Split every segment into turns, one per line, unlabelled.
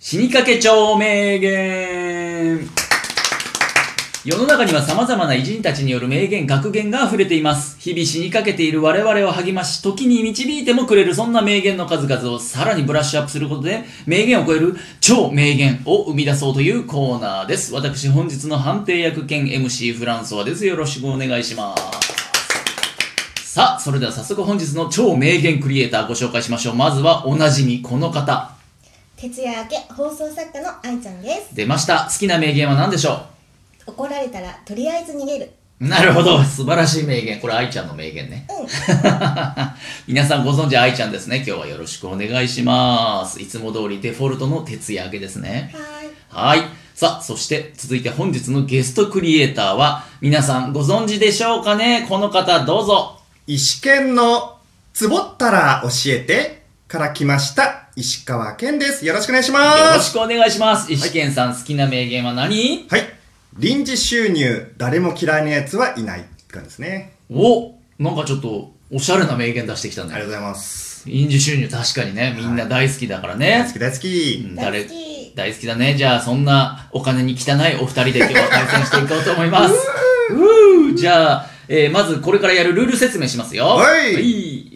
死にかけ超名言世の中には様々な偉人たちによる名言、格言が溢れています。日々死にかけている我々を励まし、時に導いてもくれるそんな名言の数々をさらにブラッシュアップすることで、名言を超える超名言を生み出そうというコーナーです。私本日の判定役兼 MC フランソワです。よろしくお願いします。さあ、それでは早速本日の超名言クリエイターご紹介しましょう。まずはおなじみこの方。
徹夜明け放送作家の愛ちゃんです
出ました。好きな名言は何でしょう
怒られたらとりあえず逃げる
なるほど。素晴らしい名言。これ、愛ちゃんの名言ね。 皆さんご存知、愛ちゃんですね。今日はよろしくお願いします。いつも通りデフォルトの徹夜明けですね。
は
はい。さあ、そして続いて本日のゲストクリエイターは、皆さんご存知でしょうかねこの方、どうぞ。
石健のつぼったら教えてから来ました石川健ですよろしくお願いしま
よろし
す
くお願いします。石健さん、好きな名言は何
はい臨時収入誰も嫌いなやつはいないって感じですね
おなんかちょっと、おしゃれな名言出してきた
ありがとう
ね。
ございます
臨時収入確かにね、みんな大好きだからね。
大好き大好き、
うん
大
誰
好き
大好きだね。じゃあ、そんなお金に汚いお二人で今日は対戦していこうと思い ます。うーじゃあ、えーまずこれからやるルール説明しますよ。
はい
え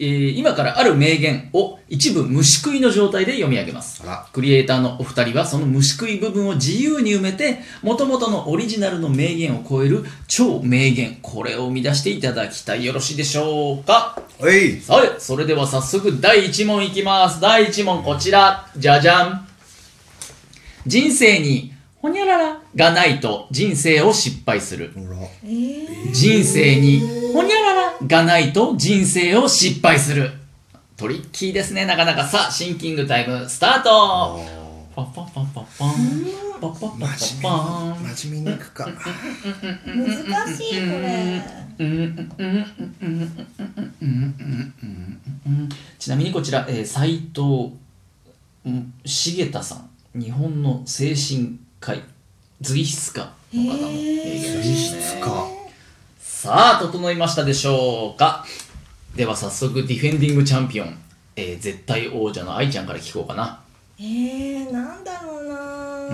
ー今からある名言を一部虫食いの状態で読み上げます
あら。
クリエイターのお二人はその虫食い部分を自由に埋めて、元々のオリジナルの名言を超える超名言、これを生み出していただきたい。よろしいでしょうか
おい
はい、それでは早速第1問いきます。第1問こちら。じゃじゃん。人生に、ほにゃららがないと人生を失敗する。
ほら
えー、
人生に、ほにゃららがないと人生を失敗する。トリッキーですね、なかなか。さあ、シンキングタイム、スタートパッパッパッパッパン。パッパッパッパッパン。
真面目に行くか
難しいこれ
ちなみにこちら、えー、斉藤うん重田さん日本の精神科医随筆家の方の名言で
実
すね
質か
さあ整いましたでしょうかでは早速ディフェンディングチャンピオン、えー絶対王者の愛ちゃんから聞こうかな
えー、なんだろうな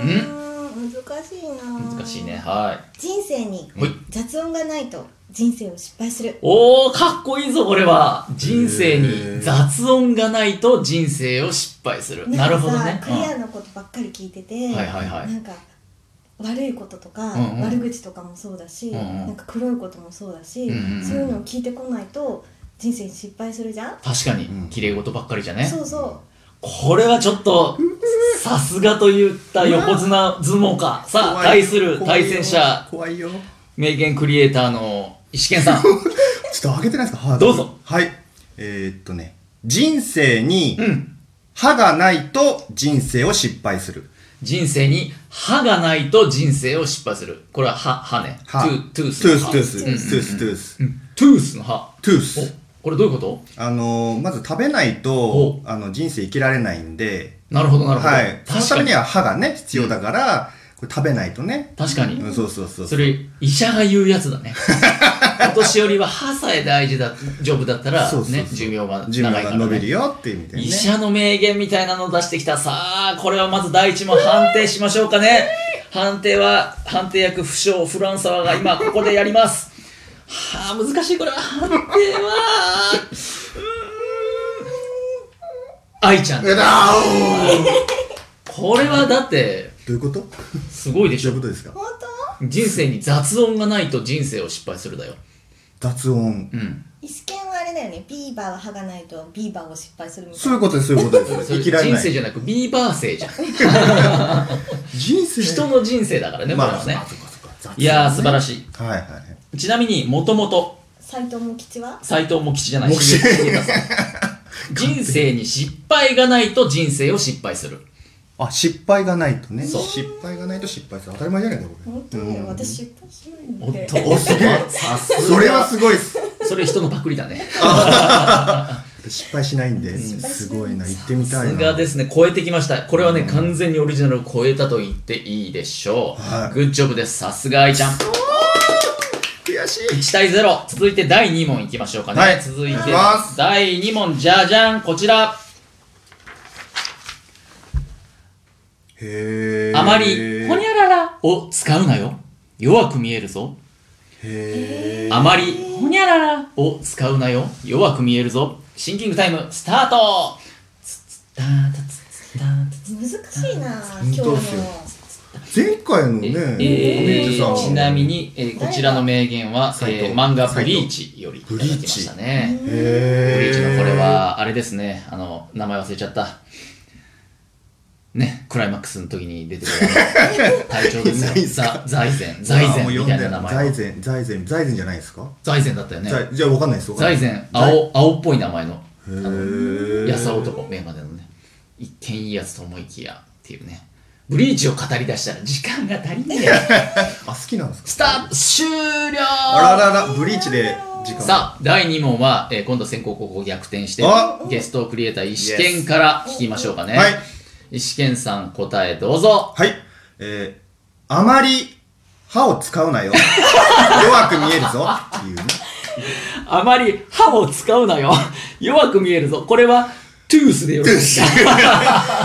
ー難しいなー
難しいねはい
人生に
ほい
雑音がないと人生を失敗する
おーかっこいいぞこれは人生に雑音がないと人生を失敗するなるほど
なん
ね
かさクリアのことばっかり聞いてて、
うんはいはいはい
なんか悪いこととか、
うんうん
悪口とかもそうだし、
うんうん
なんか黒いこともそうだし、
うんうん
そういうのを聞いてこないと人生に失敗するじゃん、
確かに
うん
綺麗事ばっかりじゃね、
そうそ
これはちょっとさすがといった横綱相撲かさあ対する対戦者
怖いよ怖いよ
名言クリエイターの石健さ ん
ちょっと上げてないですかハー
ど
ドル
うぞ
はいえー、っとね人生に
うん
歯がないと人生を失敗する
人生に歯がないと人生を失敗するこれは歯歯ね
歯
トゥトゥース
トゥー
の
ス
歯
トゥース
うんうん
トゥーストゥース
うんトゥースの歯
トゥー
お
ス
これどういうこと
あのーまず食べない
お
とあの人生生きられないんで
なるほどなるほど、
はいその
確
た
か
めに
に
は歯がね必要だから、これ食べないとね、
確かに
うん、そうそうそう
それ医者が言うやつ だねお年寄りは歯さえ大事だ丈夫だったら
そうそうそう
ね寿命が長い
寿
から、
命
ね、
が伸びるよっていう意味でね
医者の名言みたいなのを出してきたさあこれはまず第一問判定しましょうかね判定は判定役不詳フランサワが今ここでやりますはあ難しいこれは判定はうーん愛ちゃん
うだーおー
これはだって
どういうことど
すごいでし
うい
ょ
うことですか
う本当
人生に雑音がないと人生を失敗するだよ
雑音
うん
石剣はあれだよねビーバーは歯がないとビーバーを失敗するみたい
そうい
な
うことですそういうことです
それ
生きられ
人
な
生
い
じゃなくビーバー生じゃん
人生
人の人生だからねこれ
まあ
はね
まあそっかそっか雑音
いやー素晴ら
し
し
いはいはい
いちなみにもともと
斎藤茂吉は
斎藤茂吉じゃない
茂吉
茂田さん人生に失敗がないと人生を失敗する
あ、失敗がないとね。
そう
失敗がないと失敗する。当たり前じゃないか、これ。
本当だよ、
うん
私失敗しない
お
ん
っ
で
と
おすげえ
さすが
それはすごいっす。
それ人のパクリだね
失敗しないんで、すごいな。行ってみ
さ
たい
すが
な。
ですね超えてきましたこれはね完全にオリジナルを超えたと言っていいでしょう、
はい
グッジョブですさすが愛ちゃん
悔しい。
1対0続いて第2問いきましょうかね、
はい
続い
お願い
て
します
第2問じゃじゃんこちら
へー
あまり、ほにゃららを使うなよ。弱く見えるぞ。
へー
あまり、ほにゃららを使うなよ。弱く見えるぞ。シンキングタイム、スタートつつたーたつつたーたつ
難しいな
本
今日
当
の
っすよ前回のね、
え
ー
コメントさん
ちなみに、えーこちらの名言は、
斉藤
えー漫画ブリーチよりいただきましたね。ブ
へー
リーチのこれは、あれですね、あの、名前忘れちゃった。ね、クライマックスの時に出てくるあの隊長ですよ
ないん。すか
ザ財前、財
あ
前
もう
み
読ん
たい
で
な名前
財。前、財前、財前じゃないですか
財前だったよね。
財じゃあわかんないですわかんな
財
い
前、青、青っぽい名前の、あ
財
の、
へー
やさ男、メガネのね。一見いいやつと思いきや、っていうね。ブリーチを語り出したら時間が足りねえ。
あ、好きなんですか
スタート終了
あららら、ブリーチで時間
さあ、第2問は、えー今度先行後攻逆転して
あ、
ゲストクリエイター石健から聞きましょうかね。
はい
石健さん答えどうぞ。
はい。えー、あまり歯を使うなよ。弱く見えるぞ。っていうね。
あまり歯を使うなよ。 弱く見えるぞ。これは、トゥースでよろしい。
トゥ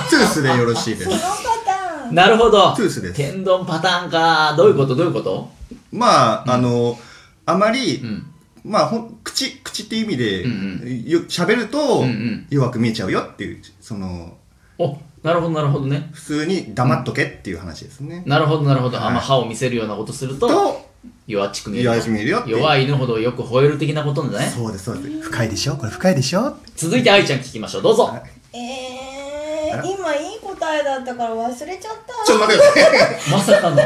ースでよろしいです
その。パターン
なるほど。
トゥースです
天丼パターンか。どういうことどういうこと
まあ、あの、あまり、
うん。
まあ、ほん口、口っていう意味で、
うんう
よ喋ると、
うんうん
弱く見えちゃうよっていう、その、
お、なるほど、なるほどね。
普通に黙っとけっていう話ですね。
なるほど、なるほど。あんま
はい
歯を見せるようなことすると、
と、
弱っちく見える。
弱く見えるよっていう。
弱い犬ほどよく吠える的なことなんだね。
そうです、そうです。深いでしょこれ深いでしょ
続いて愛ちゃん聞きましょうどうぞ
え
あら
ー、今いい答えだったから忘れちゃった
ちょっと待ってください。
まさかの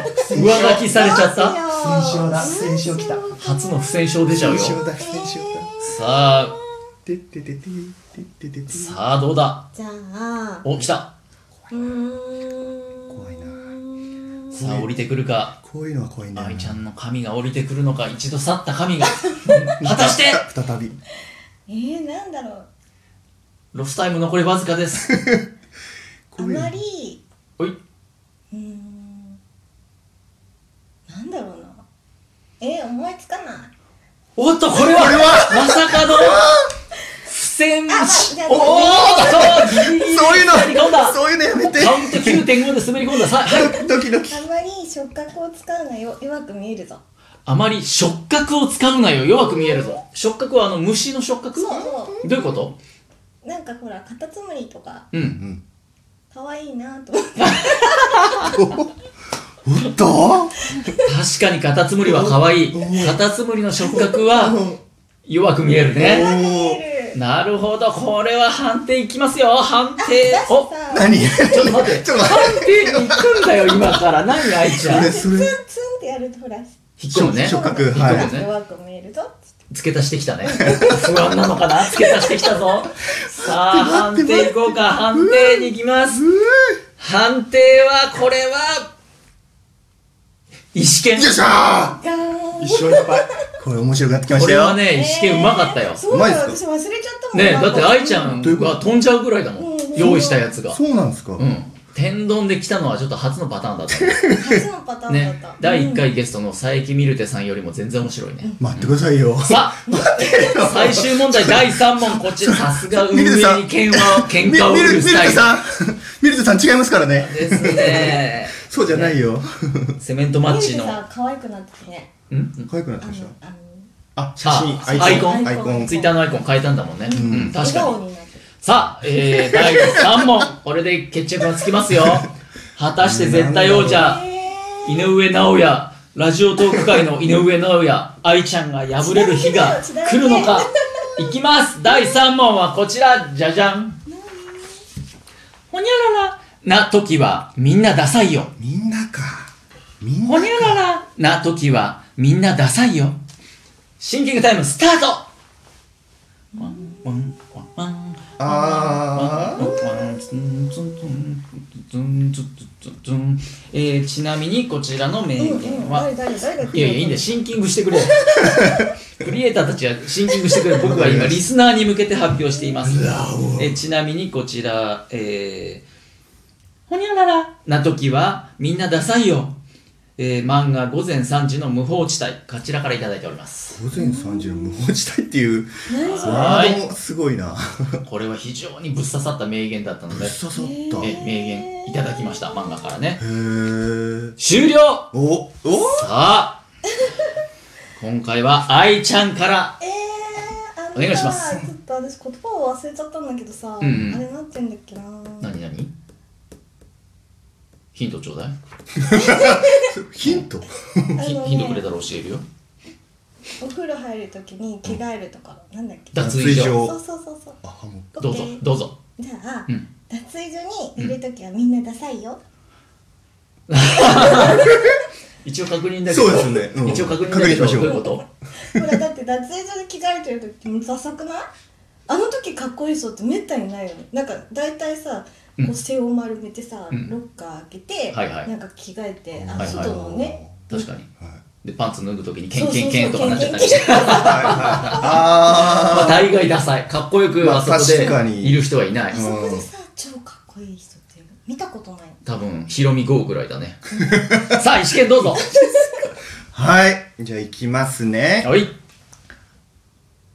上書きされちゃった
どうしよう
不戦勝だ不戦勝来た
どうしよう
初の不戦勝出ちゃうよさ
戦勝だ、戦勝だ。
あ
てっててててててて
さあどうだ
じゃあ
お来た
うーん
怖いな
さあ降りてくるか
こういうのは怖いんだよな
愛ちゃんの神が降りてくるのか一度去った神が果たして
再び
えー、なんだろう
ロスタイム残りわずかです
あまり
おいう
ーんなんだろうなえー、思いつかない
おっとこれは
これは
まさかの不戦
ああじゃあ
おおーっとギリギリ
そういう
滑り込ん
の
だ
そういうのやめて
カウント9.5で滑り込んださあはい
ドキドキ
あまり触覚を使うのよ弱く見えるぞ
あまり触覚を使うなよ弱く見えるぞ触覚はあの虫の触覚
そうそ
どういうこと
うなんかほらカタツムリとか
うん
可愛いなと思って
うっと
確かにカタツムリは可愛いカタツムリの触覚は弱く見えるね
お
見
ー
える
なるほどこれは判定いきますよ判定
だし
お
さ
何
ちょっと待って
ちょっと待
判定に行くんだよ今から何愛ちゃん
ってそ
ツ
れ
ンってやるとほら
引きもね
触覚
はい
弱く見えるぞ
付け足してきたね不安なのかな付け足してきたぞさあ判
待って
定いこうか判定に行きます判定はこれは石剣
よっしゃ
ガーン
ー一生いっぱいこれ面白くなってきまし
こ
た
れ
よ
はね石剣うまかったよ、
そうだよ
うまいっ
私忘れちゃったもん
ねえだって愛ちゃ
うん
どういうこと
が飛んじゃうぐらいだもん
うん
用意したやつが
そうなんですか
うん天丼で来たのはちょっと初のパターンだったね
初のパターンだっ
ね
た
第1
うん
回ゲストの佐伯ミルテさんよりも全然面白いね
待ってくださいよ
さあ最終問題第3問こっちさすが運営
ミルテさん
に喧嘩を喧
み
嘩を
み
売る
るみる
スタイ
て
ル
さんみるてさん違いますからね
ですね
そうじゃないよ
セメントマッチの
ミルクさ可愛くなってきね
ん
可愛くなって
あ
き
の
ました
あの
あ写真
あアイコン
アイコン
ツイッターのアイコン変えたんだもんねうん、確か
笑
に
顔になってる
さあ、えー、第3問これで決着がつきますよ果たして絶対王者
え
井上尚弥ラジオトーク界の井上尚弥愛ちゃんが敗れる日が来るのかいきます第3問はこちらじゃじゃんほにゃららな時はみんなダサいよ
みんなかみん
ほ
な
にゃららな時はみんなダサいよシンキングタイムスタートワンワンワンワン
あー
えー、ちなみにこちらの名
ーうん
言
うん
は
誰誰誰が
いやいや、いいんだよ、シンキングして くれ。クリエイターたちはシンキングしてくれ。僕は今、リスナーに向けて発表しています。えちなみに、こちら、えー、ほにゃららな時は、みんなダサいよ。えー漫画午前3時の無法地帯、こちらからいただいております。
午前3時の無法地帯っていう
何それ
は
ワ
い
ードもすごいな。
これは非常にぶっ刺さった名言だったの
ぶ
で、
っ刺さった。
え
へ
へ
名言いただきました、漫画からね。
ー。
終了さ
お、お
あ、今回は愛ちゃんから、
えー、あのさ
お願いします
ちょっと私言葉を忘れちゃったんだけどさ、
うんうん
あれなんて言うんだっけな
何何ヒントちょうだい。
ヒント
ひ
あの
ヒントくれたら教えるよ。
お風呂入るときに着替えるとか、なんだっけ
脱衣所。
そうそうそうそう
あ、も
どうぞ
OK、
どうぞ。
じゃあ、
うん
脱衣所にいるときはみんなダサいよ、
一応確認
う
だけど、
そうですね。うん
一応確認だ
確認
け
し
ど、
まし
どういう
ょ
こ
う。
と
ほらだって脱衣所で着替えてる時ってもうダサくないあの時かっこいい人ってめったにないよねなんか大体さ
う
こ
ん
う背を丸めてさ、
うん
ロッカー開けて、
はいはい
なんか着替えてあ
は
の
いはい
外のね、
確かに。
はい。
で、パンツ脱ぐときにケ
そ
ン
うそう
ケン
そう
ケンとかなっちゃったり
ケ
し
ン
て
ケン。ケン
はいはい。
まあ、
あ
大概ダサい。かっこよく
まあ
あそこ
確かに
でいる人はいない
あ。
ん
そこでさ超かっこいい人って見たことない
多分、ヒロミ号ぐらいだね。 さあ、試験どうぞ。
ー。はい。じゃあ行きますね。
はい。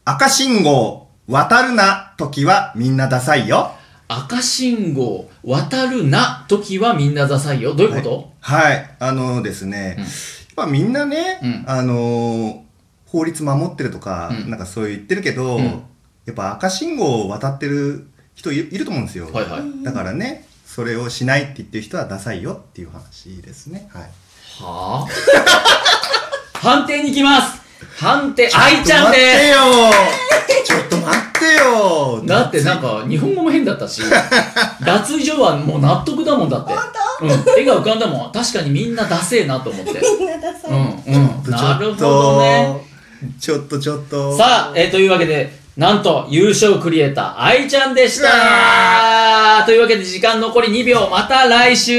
赤信号、渡るな、時はみんなダサいよ。
赤信号、渡るな、時はみんなダサいよ。どういうこと、
はい。あのですね、
うん
まあみんなね、
うん
あのー法律守ってるとか、
うん
なんかそう言ってるけど、
うん
やっぱ赤信号を渡ってる人いいると思うんですよ。
はい、はい
うん
だからね、それをしないって言ってる人はダサいよっていう話ですね。はい。
はあ判定に行きます判定、愛ちゃんで
ちょっと待ってよちょっと待ってよ
すだってなんか、日本語も変だった し、脱衣所はもう納得だもんだって。うん、絵が浮かんだもん。確かにみんなダセえなと思って。
みんなダサい、
うん、うん。なるほどね。
ちょっとちょっと。
さあ、えーというわけで、なんと優勝クリエイター、愛ちゃんでし
う
たというわけで時間残り2秒、また来週